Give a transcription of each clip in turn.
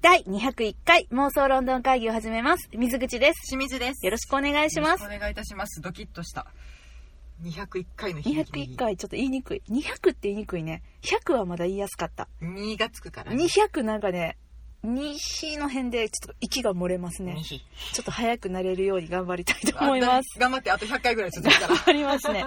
第201回妄想ロンドン会議を始めます。水口です。清水です。よろしくお願いしますよろ。くお願いいたします。ドキッとした。201回の響き201。に回ちょっと言いにくい。200って言いにくいね。100はまだ言いやすかった。 2がつくから。 200なんかね、西の辺でちょっと息が漏れますね。 2。ちょっと早くなれるように頑張りたいと思います。あ。だ頑張って、あと100回ぐらい続頑くから。張りますね。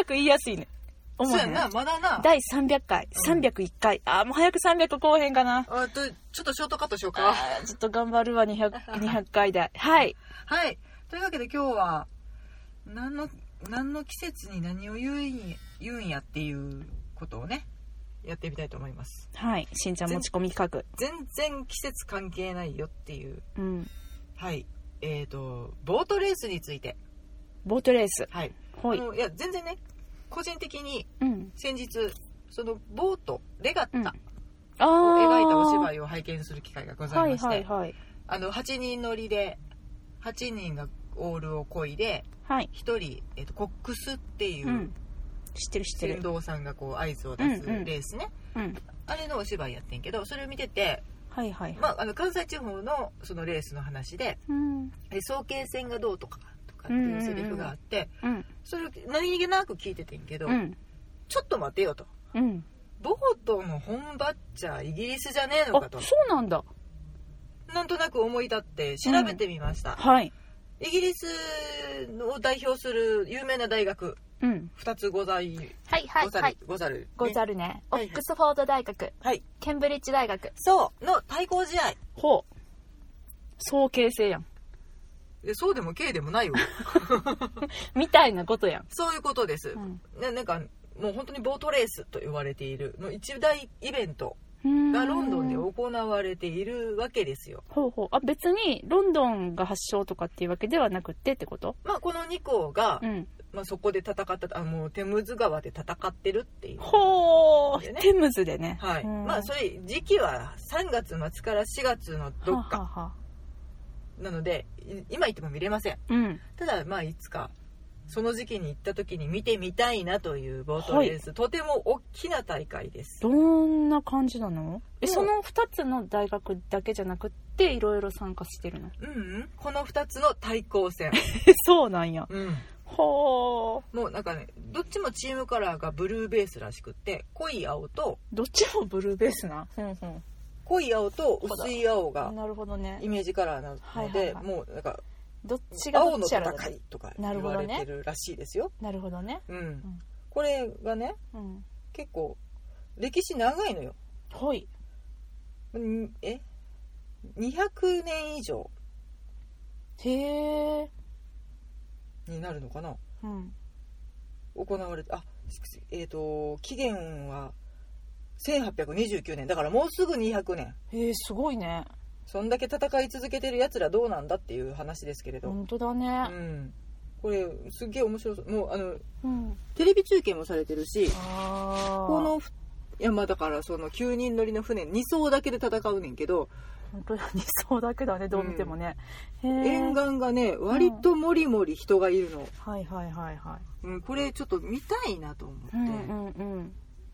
300言いやすいね。 思そううやんね。な、まだな。第300回、うん301回。あー、もう早く300後編かな。あと、ちょっとショートカットしようあか。ーちょっと頑張るわ、200、200回 で。はい。はい。というわけで今日は、何の、何の季節に何を言うんや言うんやっていうことをね、やってみたいと思います。はい。しんちゃん持ち込み企全然季節関係ないよっていう。画。うん。はい。えーと、ボートレースについて。ボートレース。はい。ほい。もういや、全然ね、個人的にうん。先日そのボートレガッタあを描いたお芝居居を拝見する機会がござはいまいして、はいはい。あの8人乗りで8人がオールをこいではい。。1人、えっとコックスっていううん知ってる知って船る。頭さんがこう合図を出すうんうんレースね、うん。あれのお芝居やってんけどそれを見てて、はいはい。まあ、あの関西地方のそのレースの話でうん。 「え早慶戦がどう?」とかとかっていうセリフがあって、うん。それを何気なく聞いててんけど、うん。ちょっと待てよと。うん。ボートの本場っちゃイギリスじゃねえのあか、とそうなんだ。なんとなく思い立って調べてみました、はい。イギリスを代表する有名な大学うん。 2つござい、はいはござる。ござる、ごねざるね。オはいはいックスフォード大学。はいケンブリッジ大学。そうの対抗試合ほう。総形成やん。でそうでも K で もないよみたいなことやん。そういうことです、ん。ななんかもう本当にボートレースと言われているの一大イベントがロンドンで行われているわけですよほうほう。あ、別に、ロンドンが発祥とかっていうわけではなくってってことまあこの2校が、うん。まあ、そこで戦ったあもうテムズ川で戦ってるっていうほう、でねテムズでね。はい、うんまあそれ時期は3月末から4月のどっはかははなのでい今行っても見れませんうん。ただまあいつかその時期に行った時に見てみたいなというボートレース、とても大きな大会ですどんな感じなのえ、もうその2つの大学だけじゃなくって、いろいろ参加してるのうん、うん、この2つの対抗戦、え、 そうなんや。うん、ほう。もうなんかねどっちもチームカラーがブルーベースらしくって濃い青とどっちもブルーベースな。うん濃い青と薄い青うがん。なるほどねイ。メージカラーなので、はいはいはいもうなんかどっちが青どっのちやら戦いとかな言るほわどれねてるらしいですよ、なるほどね。うん、これがねうん。結構歴史長いのよほい。んえ200年以上へえ。になるのかなうん。行われてあえっ、と期限は1829年だからもうすぐ200年へえ、すごいね。そんだけ戦い続けてるやつらどうなんだっていう話ですけれど、本当だうね。ん、これすっげえ面白そうもうあのうん。テレビ中継もされてるしああ。こ、のふいやまあだからその9人乗りの船2艘だけで戦うねんけど、本当に理想だけだね、どう見てもね。へえ。沿岸がね割ともりもり人がいるの、はいはいはいはい。うん、これちょっと見たいなと思って、うんうんうん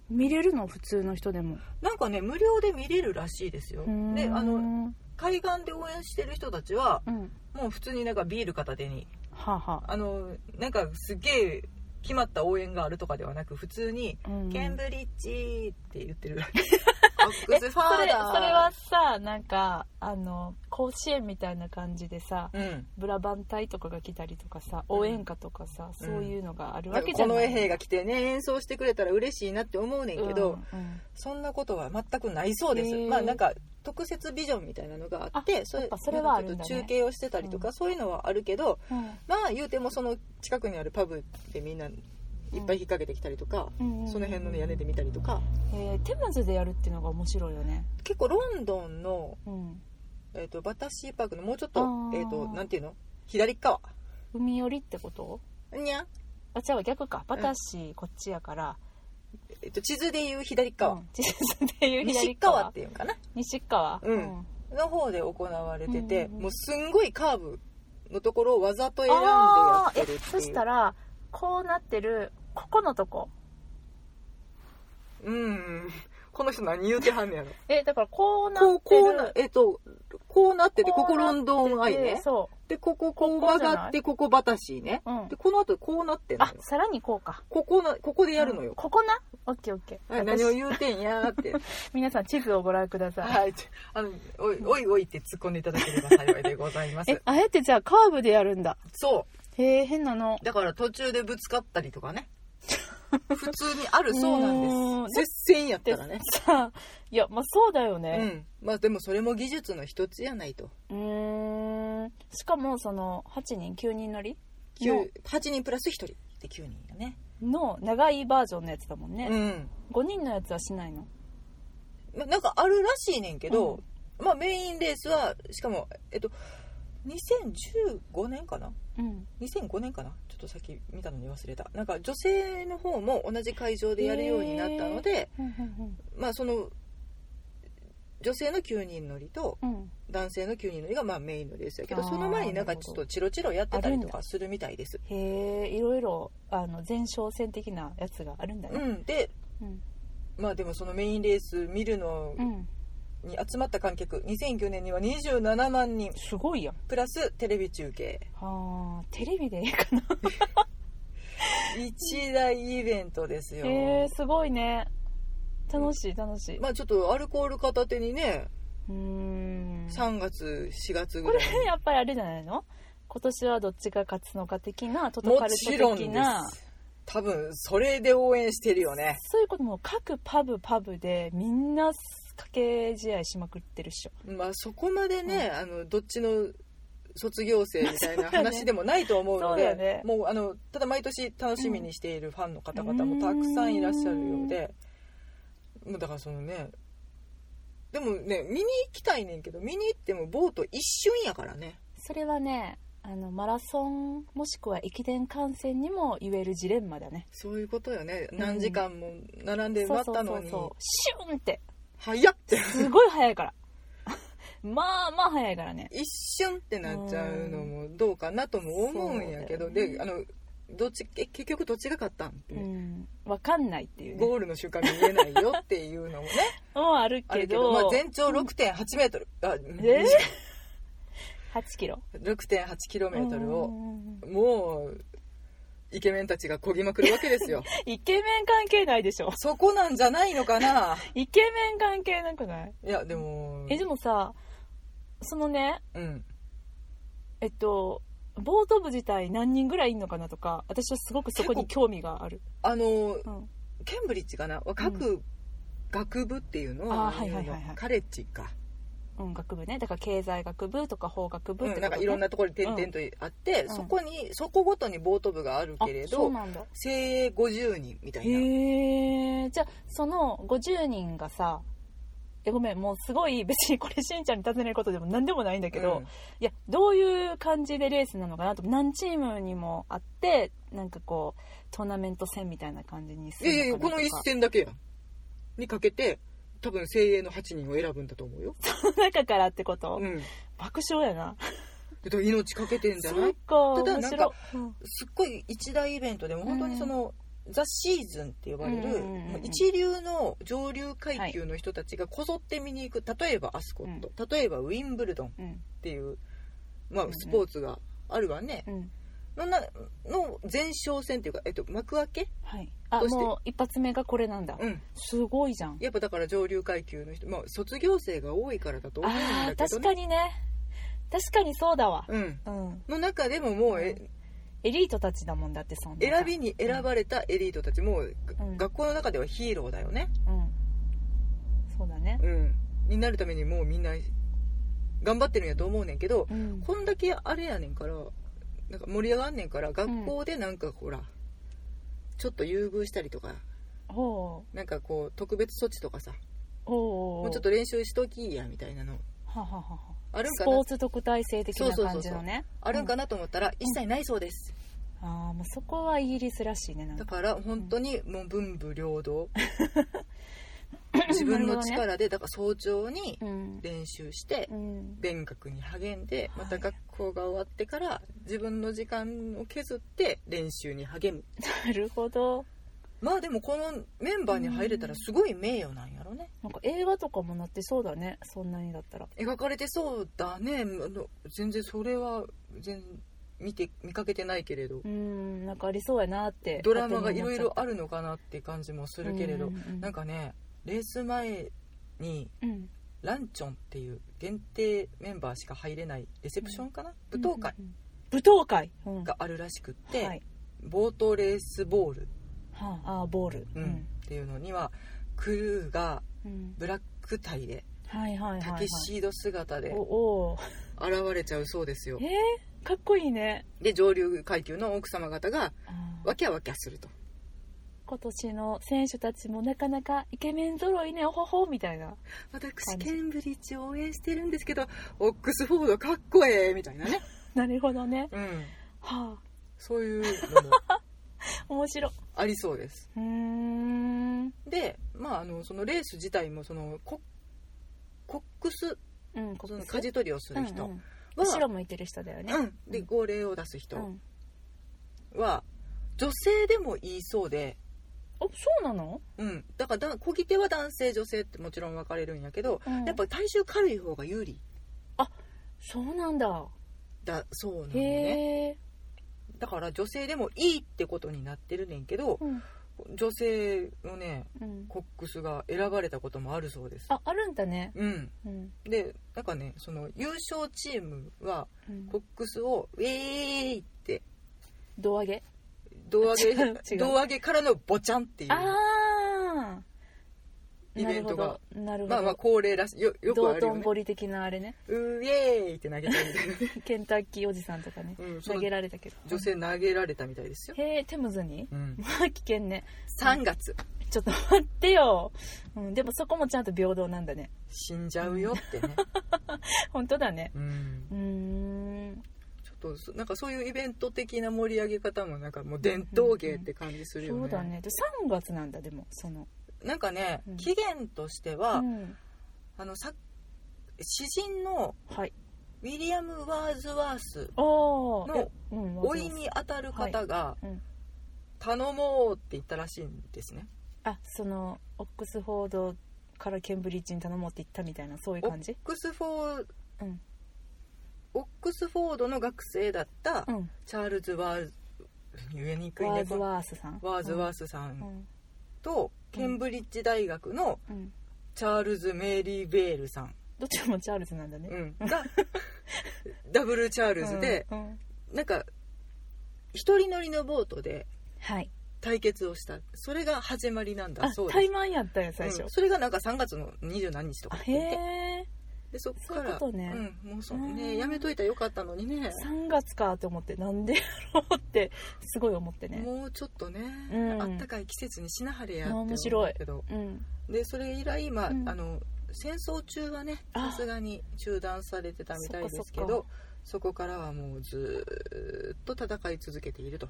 見れるの普通の人でもなんかね無料で見れるらしいですよであのの海岸で応援してる人たちはうんもう普通になんかビール片手にはあはあのなんかすげえ決まった応援があるとかではなく普通にあ、う「んケンブリッジ」って言ってる オックスファそれそーれダーはさなんかあの甲子園みたいな感じでさうん、ブラバン隊とかが来たりとかさ応援歌とかさ、そういうのがあるなわんかけじゃこないの衛兵が来てね演奏してくれたら嬉しいなって思うねんけど、うんうんそんなことは全くないそうです、へーまあなんか特設ビジョンみたいなのがあってあやっぱそれはあるんだねなんかちょっと中継をしてたりとか、そういうのはあるけどまあ言うてもその近くにあるパブでみんないっぱい引っ掛けてきたりとか、うんうんその辺のね屋根で見たりとかえーテムズでやるっていうのが面白いよね、結構ロンドンの、うん、えー、とバタシーパークのもうちょっあと,、ーえー、となんていうの左っ側海寄りってことにゃん、あ違う逆かバタシーこっちやから、えー、と地図でいう左っう側、ん、地図でいう西左っ側っていうんかな西側うんの方で行われてて、うんうんうんもうすんごいカーブのところをわざと選んでやあってるっていうーえそしたらこうなってるここのとこうんこの人何言うてはんねやろえだからこうなこっうてこうるなえっとこうなっててこここうなっててロンドンアイねそでここここうこ曲じゃないがってここバタシーねう、うんで、この後こうなってんのあよさらにこうかここなここでやるのうんよ、ここなオッケーオッケーはい何を私言うてんや ーって皆さん地図をご覧ください、はい、ちょあの、おい、おいおいって突っ込んでいただければ幸いでございまえす。あえてじゃあカーブでやるんだそへえ変なのう、だから途中でぶつかったりとかね。普通にあるそうなうんんです。接戦やったらね。さあいやまあそうだようねん、まあ、でも、それも技術の一つやないと。うーんしかもその8人9人乗り九の、八人プラス一人で九人やね。の長いバージョンのやつだもんね、うん、 5人のやつはしないのまあなんかあるらしいねんけど、まあ、メインレースは、しかも、えっと。2015年かなうん2005年かなちょっとさっき見たのに忘れたなんか女性の方も同じ会場でやるようになったので、うんうんまあその女性の9人乗りとうんうん男性の9人乗りがまあメインのレースやけどあーその前になんかちょっとチロチロやってたりとあるんかするみたいです。へえいろいろあの前哨戦的なやつがあるんだうねん、でうんまあでもそのメインレース見るのうんに集まった観客2009年には27万人すごいやんプラステレビ中継はあテレビでいいかな一大イベントですよ。へえすごいね楽しい楽しい、まあちょっとアルコール片手にねうーん3月4月ぐこられいにやっぱりあれじゃないの今年はどっちが勝つのか的なトトもカルトちろん的でなす多分それで応援してるよねそういうことも各パブパブでみんな掛け試合しまくってるっしょまあそこまでね、あのどっちの卒業生みたいな話でもないと思うのそでうだねもうあのただ毎年楽しみにしているファンの方々もたくさんいらっしゃるようで、もうだからそのねでもね見に行きたいねんけど見に行ってもボート一瞬やからねそれはねあのマラソンもしくは駅伝観戦にも言えるジレンマだねそういうことよねん何時間も並んで待ったのにシュンって早っ ってすごい速いから まあまあ速いからね一瞬ってなっちゃうのもどうかなとも思うんやけど、そうだよねであのどっちえ結局どっちが勝ったんっていううんわかんないっていう、ね、ゴールの瞬間見えないよっていう のもねもあるあるけけど、まあ、ど全長6.8メートル、あえ8キロ6.8キロメートルうをんもうイケメンたちがこぎまくるわけ ですよイケメン関係ないでしょそこなんじゃないのかなイケメン関係なくないいやでもえでもさそのねうんえっとボート部自体何人ぐらいいんのかなとか私はすごくそこに興味がある、あのうん、ケンブリッジかな各学部っていうのあーはいはいはいはいカレッジか、うん学部ねだから経済学部とか法学部うってこと、ねんなんかいろんなところに点々とあって、うんそこにそこごとにボート部があるあけれそうどなんだ精鋭50人みたいなへえじゃあその50人がさえごめんもうすごい別にこれしんちゃんに尋ねることでも何でもないんだけど、うんいやどういう感じでレースなのかなと何チームにもあってなんかこうトーナメント戦みたいな感じにすいやるいやいやのかこなのと一か戦だけやんにかけて多分精鋭の8人を選ぶんだと思うよ、その中からってこと、うん、爆笑やなでと命かけてんじゃなそいうかただ面なん白かすっごい一大イベントでも本当にその、ザ・シーズンって呼ばれうんうんる、うんうんもう一流の上流階級の人たちがこぞって見に行く、例えばアスコット、例えばウィンブルドンっうんうんていう、まあうんう、んスポーツがあるわね、うんのなの前哨戦っていうか、えっと、幕開け、はいあどうしてもう一発目がこれなんだ、うん、すごいじゃんやっぱだから上流階級の人、まあ、卒業生が多いからだと思うんあだーけ確どねかにね確かにそうだわ、うん、うん、の中でももうえエリートたちだもんだってそんな選びに選ばれたエリートたちもうがうん学校の中ではヒーローだよね、うんそうだねうん、になるためにもうみんな頑張ってるんやと思うねんけどうんこんだけあれやねんからなんか盛り上がんねんから学校でなんかほら、ちょっと優遇したりとかほうなんかこう特別措置とかさほうもうちょっと練習しときやみたいなのははははあるんスかポなーツ特待生的な感じのねあるんかなと思ったら一切ないそうです、ああもうそこはイギリスらしいねなんだかから本当にもう文武両 道自分の力でだから早朝にうん練習してうん勉学に励んではいまた学校が終わってから自分の時間を削って練習に励むなるほどまあでもこのメンバーに入れたらすごい名誉なんやろねなんか映画とかもなってそうだねそんなにだったら描かれてそうだねあの全然それは全見て見かけてないけれどうんなんかありそうやなってドラマがいろいろあるのかなって感じもすするけれどなんか、かねレース前にうん、ランチョンっていう限定メンバーしか入れないレセプションかな舞踏会うんうんうん舞踏会、うんがあるらしくっはていボートレースボール、はあ、あーボール、うんっていうのにはクルーがうんブラックタイではいはいはい、タはキい、シード姿でおお現れちゃうそうですよーえー、かっこいいねで上流階級の奥様方があーワキャワキャすると今年の選手たちもなかなかイケメン揃いねおほほみたいな 私感じケンブリッジを応援してるんですけどオックスフォードかっこええみたいな ね、なるほどねうん、はそういうのもあ面白ありそ うですうーんうんでまああのそのレース自体もそのココックスこそこの舵取りをする人うはんうん、、後ろ向いてる人だよね、うん、でうん号令を出すう人んは女性でもいいそうで、おそうなの、うん、だからだこぎ手は男性女性ってもちろん分かれるんやけど、うんやっぱ体重軽い方が有利そうなんだ、だそうなのへねえ、だから女性でもいいってことになってるねんけどうん女性のねうん、コックスが選ばれたこともあるそうですああるんだねうんうんでなんかねその優勝チームはうんコックスを「ウェーイ!」って胴上げ胴上違う違げう胴上げからのボチャンっていうああイベントがなるほどまあまあ恒例らしいよよく道あるよ頓ね堀的なあれね「うえーい!」って投げたみたいな、ケンタッキーおじさんとかねうん、そ投のげられたけど女性投げられたみたいですよ、へえテムズに うん、まあ危険ね3月ちょっと待ってよ、うん、でもそこもちゃんと平等なんだね 死んじゃうよってね、本当だねうんう、ーんちょっとそなんかそういうイベント的な盛り上げ方もなんかもう伝統芸って感じするよね,、そうだねで3月なんだでもその、なんかね、うん期限としては、うん、あのさ詩人のはいウィリアム・ワーズワースああのうん老いにあたる方がうん「頼もう」って言ったらしいんですねあそのオックスフォードからケンブリッジに頼もうって言ったみたいなそういう感じオックスフォうーんオックスフォードの学生だったうんチャールズ・ワーズ言えにくいワねーズこのワースさんワーズワーススさうんんとうんケンブリッジ大学のうんチャールズ・メリー・ベールさん、どっちもチャールズなんだねうんが ダブルチャールズで、うんうんなんか一人乗りのボートではい対決をしたそれが始まりなんだあそうです怠慢やったんや最初、うんそれがなんか3月の二十何日とあかってへ言ってえでそっかそういうらことねうん、もうそううねんやめといたらよかったのにね3月かと思ってなんでやろうってすごい思ってねもうちょっとね、うんあったかい季節にしなはれやってあ思面白いうけどうんでそれ以来、まあうんあの戦争中はねあさすがに中断されてたみたいですけそっどかそこからはもうずーっと戦い続けていると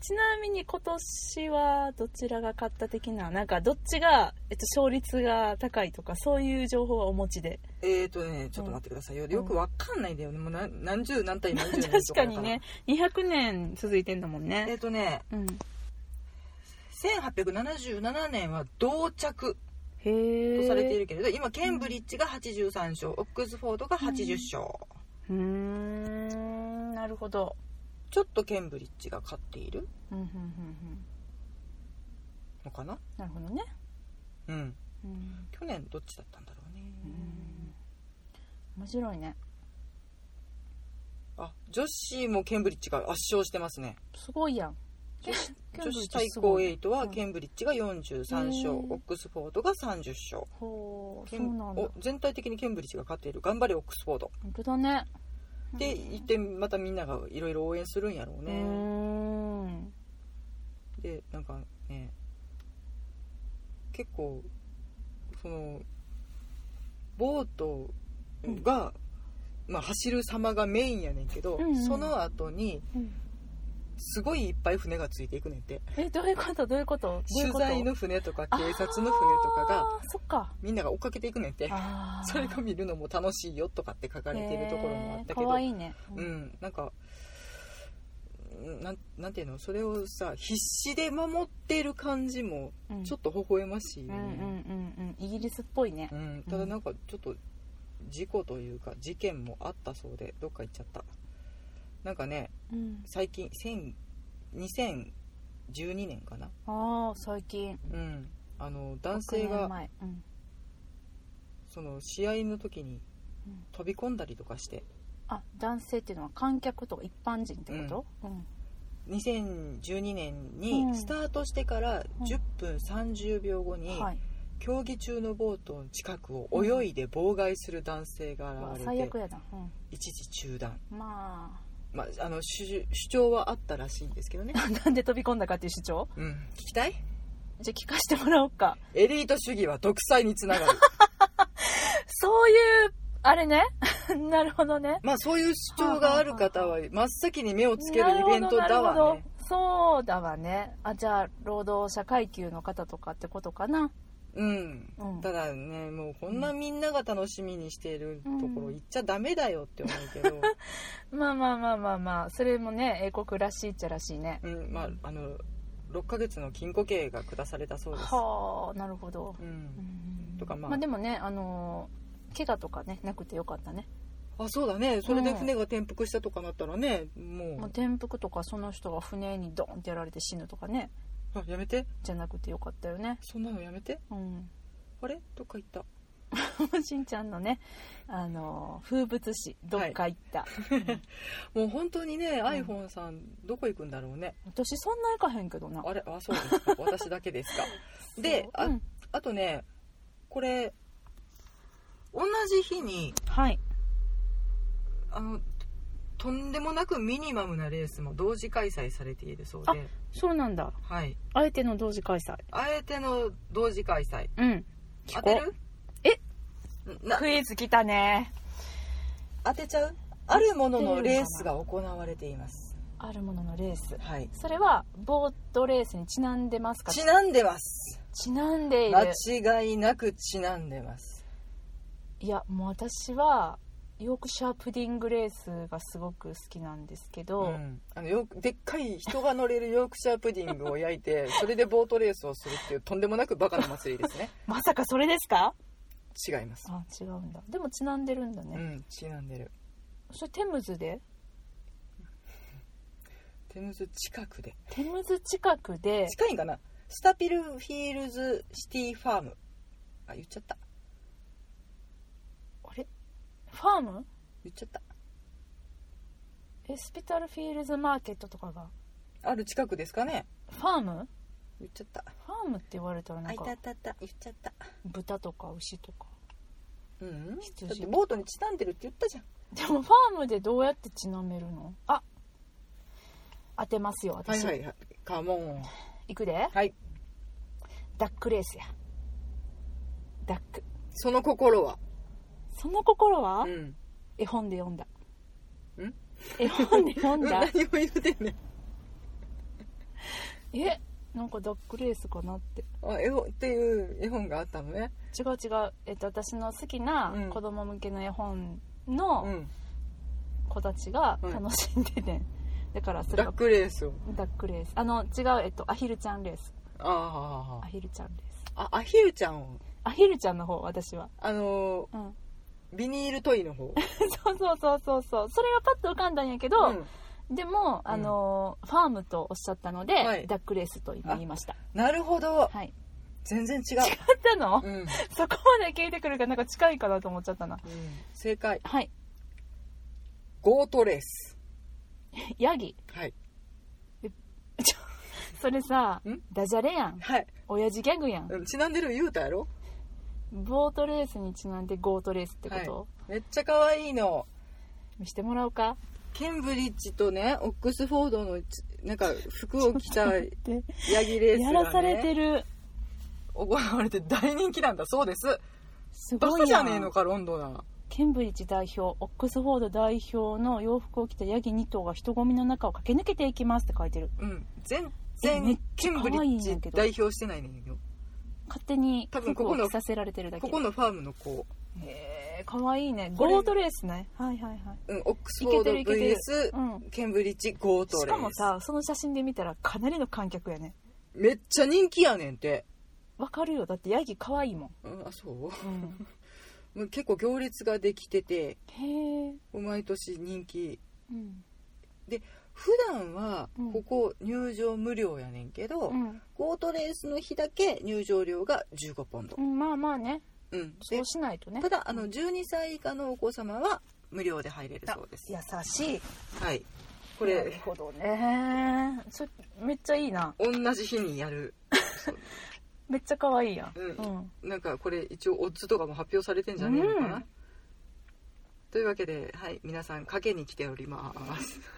ちなみに今年はどちらが勝った的ななんかどっちが、えっと、勝率が高いとかそういう情報はお持ちでえーとねちょっと待ってくださいよ、よくわかんないんだよねもう何何十何対何確十年かとだらにね200年続いてんだもんえねーとねうん1877年は同着へえとされているけれど、今ケンブリッジが83勝オックスフォードが80勝、うーんなるほどちょっとケンブリッジが勝っているうんうんうんうんのかななるほどねうんうん去年どっちだったんだろうねうん面白いねあ女子もケンブリッジが圧勝してますねすごいやん女子対抗へ8はうんケンブリッジが43勝、うんオックスフォードが30勝ほうケそうンなんだお全体的にケンブリッジが勝っている頑張れオックスフォード本当だねって言ってまたみんながいろいろ応援するんやろううね、ーんでなんかね結構そのボートが、まあ、走る様がメインやねんけど、うんうんその後にうんすごいいっぱい船がついていくねんってえどういうことどういうことどうい取うこと材の船とか警察の船とかがあーそっかみんなが追っかけていくねんってあーそれが見るのも楽しいよとかって書かれてるところもあったけへーど可愛いねうんなんかなんなんていうのそれをさ必死で守ってる感じもうんちょっと微笑ましいようんうんね、うんうんイギリスっぽいねうんただなんかちょっと事故というか事件もあったそうでどっか行っちゃったなんかねうん最近1000 2012年かな、ああ最近うん、あの男性6年が前うんその試合の時にうん飛び込んだりとかしてあ男性っていうのは観客とか一般人ってことうん2012年うにんスタートしてからうん10分30秒後にはい競技中のボートの近くを泳いで妨害する男性が現最れて悪やなうん一時中断、ままあ、あの主主張はあったらしいんですけどね、あ なんで飛び込んだか っていう主張うん、聞きたいじゃあ聞かせてもらおうかエリート主義は独裁につな がるそういうあれね なるほどねまあそういう主張がある方は真っ先に目をつけるイベントなるほどなだるわほねどそうだわねあじゃあ労働者階級の方とかってことかなうんうんただねもうこんなみんなが楽しみにしているところ行っちゃダメだよって思うけ ど、まあまあまあまあまあそれもね英国らしいっちゃらしいねうんまあ、あの6ヶ月の禁錮刑が下されたそうです、はあなるほどう、うんんとかまあでもねあのー怪我とかねなくてよかったねあそうだねそれで船が転覆したとかなったらねももうう転覆とかその人が船にドンってやられて死ぬとかねあやめてじゃなくてよかったよねそんなのやめてうんあれどっか行ったしんちゃんのねあのー風物詩どっか行った、もう本当にね、ん iPhone さんどこ行くんだろうね私そんな行かへんけどなあれあそうで すか私だけですかでそあ,、ううんあとねこれ同じ日にはいあのとんでもなくミニマムなレースも同時開催されているそうで、そうなんだはい、相手の同時開催あえての同時開催うん当聞てこるえなクイズ来たね当てちゃうあるもののレースが行われていますあるもののレースはいそれはボートレースにちなんでますかちなんでますちなんでいる間違いなくちなんでますいやもう私はヨークシャープディングレースがすごく好きなんですけど、ん、あのよでっかい人が乗れるヨークシャープディングを焼い てそれでボートレースをするっていうとんでもなくバカな祭りです ねまさかそれですか違いますあ違うんだでもちなんでるんだうね、んちなんでるそれテムズでテムズ近くでテムズ近くで近いんかなスタピルフィールズシティファームあ言っちゃったあれファーム言っちゃったエスピタルフィールズマーケットとかがある近くですかねファーム言っちゃったファームって言われたらなんかあいたいたいた言っちゃった豚とか牛とかうん羊だってボートにちなんでるって言ったじゃんでもファームでどうやってちなめるのあ当てますよ私、いはいカモンいくではいダックレースやダックその心はその心は、ん絵本で読んだん絵本で読んだ 何を言うてんねんえなんかダックレースかなってあ絵本っていう絵本があったのね違う違う、えっと、私の好きなうん子供向けの絵本うのん子たちがうん楽しんでて、だからそれダがックレースをダックレースあの違う、えっと、アヒルちゃんレースあアヒルちゃんレースああアヒルちゃんをアヒルちゃんの方私はあのうんービニールトイの 方そうそうそうそうそうそれがパッと浮かんだんやけど、うんでも、あのファームとおっしゃったので、はいダックレースと今言いましたなるほどはい全然違買ったの、う、うんうん、そこまで聞いてくるからなんか近いかなと思っちゃったな正解はいゴートレースヤギはいそれさんダジャレやんはい親父ギャグやんうんちなんでる言うたやろボートレースにちなんでゴートレースってこと、めっちゃ可愛いの見してもらおうかケンブリッジとねオックスフォードのちなんか服を着た でヤギレースが、ね、やらされてる行われて大人気なんだそうですすバごいカやんじゃねえのかロンドンはケンブリッジ代表オックスフォード代表の洋服を着たヤギ2頭が人混みの中を駆け抜けていきますって書いてるうん全えめ然っケちゃン可ブリ愛いッんやジけど代表してないねんよ勝手に多分服ここをの着させられてるだけここのファームの子へね可愛いねこれゴートレースねはいはいはいうん、オックスフォードいけてるいけ VS うんケンブリッジゴートしレーかスもさその写真で見たらかなりの観客やねめっちゃ人気やねんって、わかるよだってヤギ可愛いもん、うん、あそううん、もう結構行列ができててへえ、毎年人気うん普段はうんここ入場無料やねんけど、うんゴートレースの日だけ入場料が15ポンドう、ん、まあまあねうん、そでうしないとねただあの12歳以下のお子様は無料で入れるそうです優しいはいこなるれほどねそれめっちゃいいな同じ日にやるめっちゃ可愛いやん、うんうんなんかこれ一応オッズとかも発表されてんじゃねえのかな、うんというわけではい皆さん賭けに来ております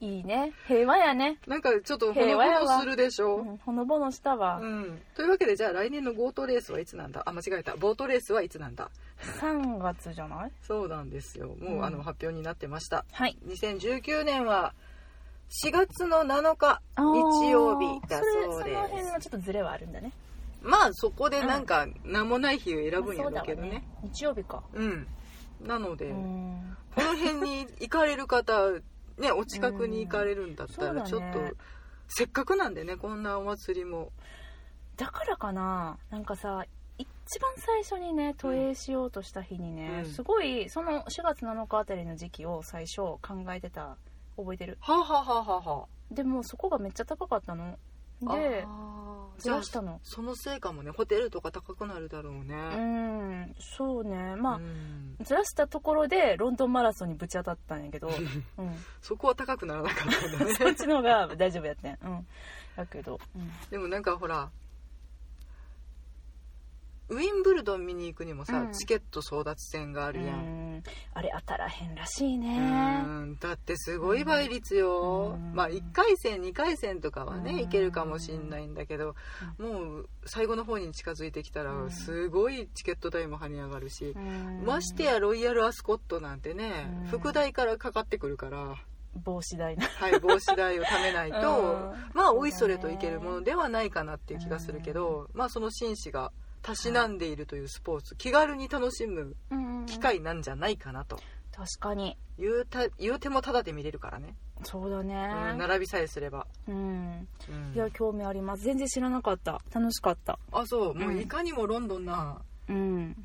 いいね平和やね、なんかちょっとほのぼのするでしょうん、ほのぼのしたわ、うん、というわけでじゃあ来年のゴートレースはいつなんだあ間違えたボートレースはいつなんだ3月じゃないそうなんですよもう、うんあの発表になってましたはい2019年は4月の7日あー日曜日だそうそれでその辺すはちょっとズレはあるんだねまあそこでなんか何もない日を選ぶんやろうけどね,、まあそうだわ日曜日かうんなので、うんこの辺に行かれる方ね お近くに行かれるんだったうんらちそょうっだねと、せっかくなんでねこんなお祭りもだからかななんかさ一番最初にね投影しようとした日にね、うんすごいその4月7日あたりの時期を最初考えてた覚えてるはあ、はあはあはあはでもそこがめっちゃ高かったのあであーずらしたのそのせいかもねホテルとか高くなるだろううね、んそうねまあ、うんずらしたところでロンドンマラソンにぶち当たったんやけ ど、うん、そこは高くならなかったんだねそっちの方が大丈夫やってん、うん、だけど、うん でもなんかほらウィンブルドン見に行くにもさ、うんチケット争奪戦があるやん、うんあれ当たらへんらしいねうんだってすごい倍率うよ、んまあ1回戦2回戦とかはね、うんいけるかもしんないんだけど、もう最後の方に近づいてきたらうんすごいチケット代も跳ね上がるし、うんましてやロイヤルアスコットなんてね、うん副題からかかってくるから帽子代なはい、帽子代を貯めないと、うんまあおいそれといけるものではないかなっていう気がするけど、まあその紳士がたしなんでいるというスポーツ、気軽に楽しむ機会なんじゃないかなと確かに言うた言うてもただで見れるからね、そうだうんね並びさえすれば、うんうんいや興味あります全然知らなかった楽しかったあそうもううんいかにもロンドンなうん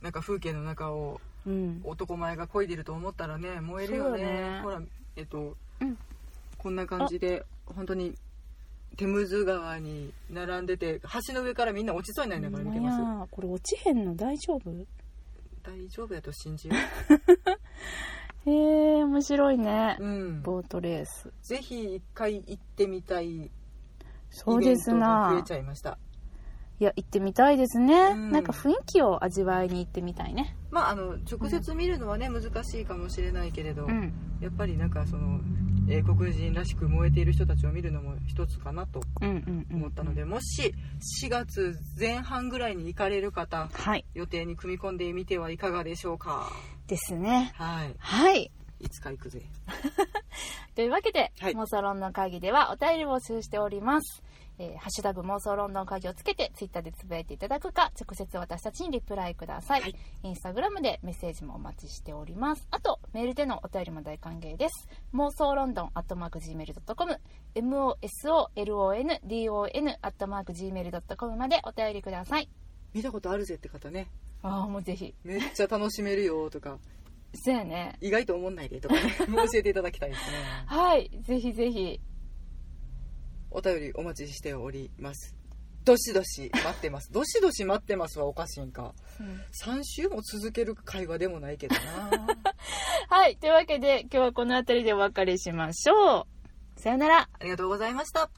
なんか風景の中をうん男前が漕いでると思ったらね燃えるそよねうだねほらえっと、うんこんな感じで本当にテムズ川に並んでて橋の上からみんな落ちそうになりながら見てますなんやこれ落ちへんの大丈夫大丈夫やと信じよへえ面白いねう、うん、ボートレースぜひ一回行ってみたいイそうベでンすトが増えなちゃいましたいや行ってみたいですね、んなんか雰囲気を味わいに行ってみたいねまああの直接見るのはね難しいかもしれないけれど、うんやっぱりなんかその英国人らしく燃えている人たちを見るのも一つかなとうんうんうん思ったので、もし4月前半ぐらいに行かれる方はい予定に組み込んでみてはいかがでしょうかですねはいはいいつか行くぜというわけで、はい妄想ロンドン会議ではお便りを募集しております。えーハッシュタグ妄想ロンドン会議をつけてツイッターでつぶやいていただくか直接私たちにリプライください、はいインスタグラムでメッセージもお待ちしておりますあとメールでのお便りも大歓迎です妄想ロンドンアットマーク Gmail.com MOSOLONDON アットマーク Gmail.com までお便りください見たことあるぜって方ねああもうぜひめっちゃ楽しめるよとかそうやね意外と思んないでとか、ね、もう教えていただきたいですねはいぜひぜひお便りお待ちしておりますどしどし待ってますどしどし待ってますはおかしいんかうん3週も続ける会話でもないけどな はい。というわけで、今日はこの辺りでお別れしましょう。さよなら。ありがとうございました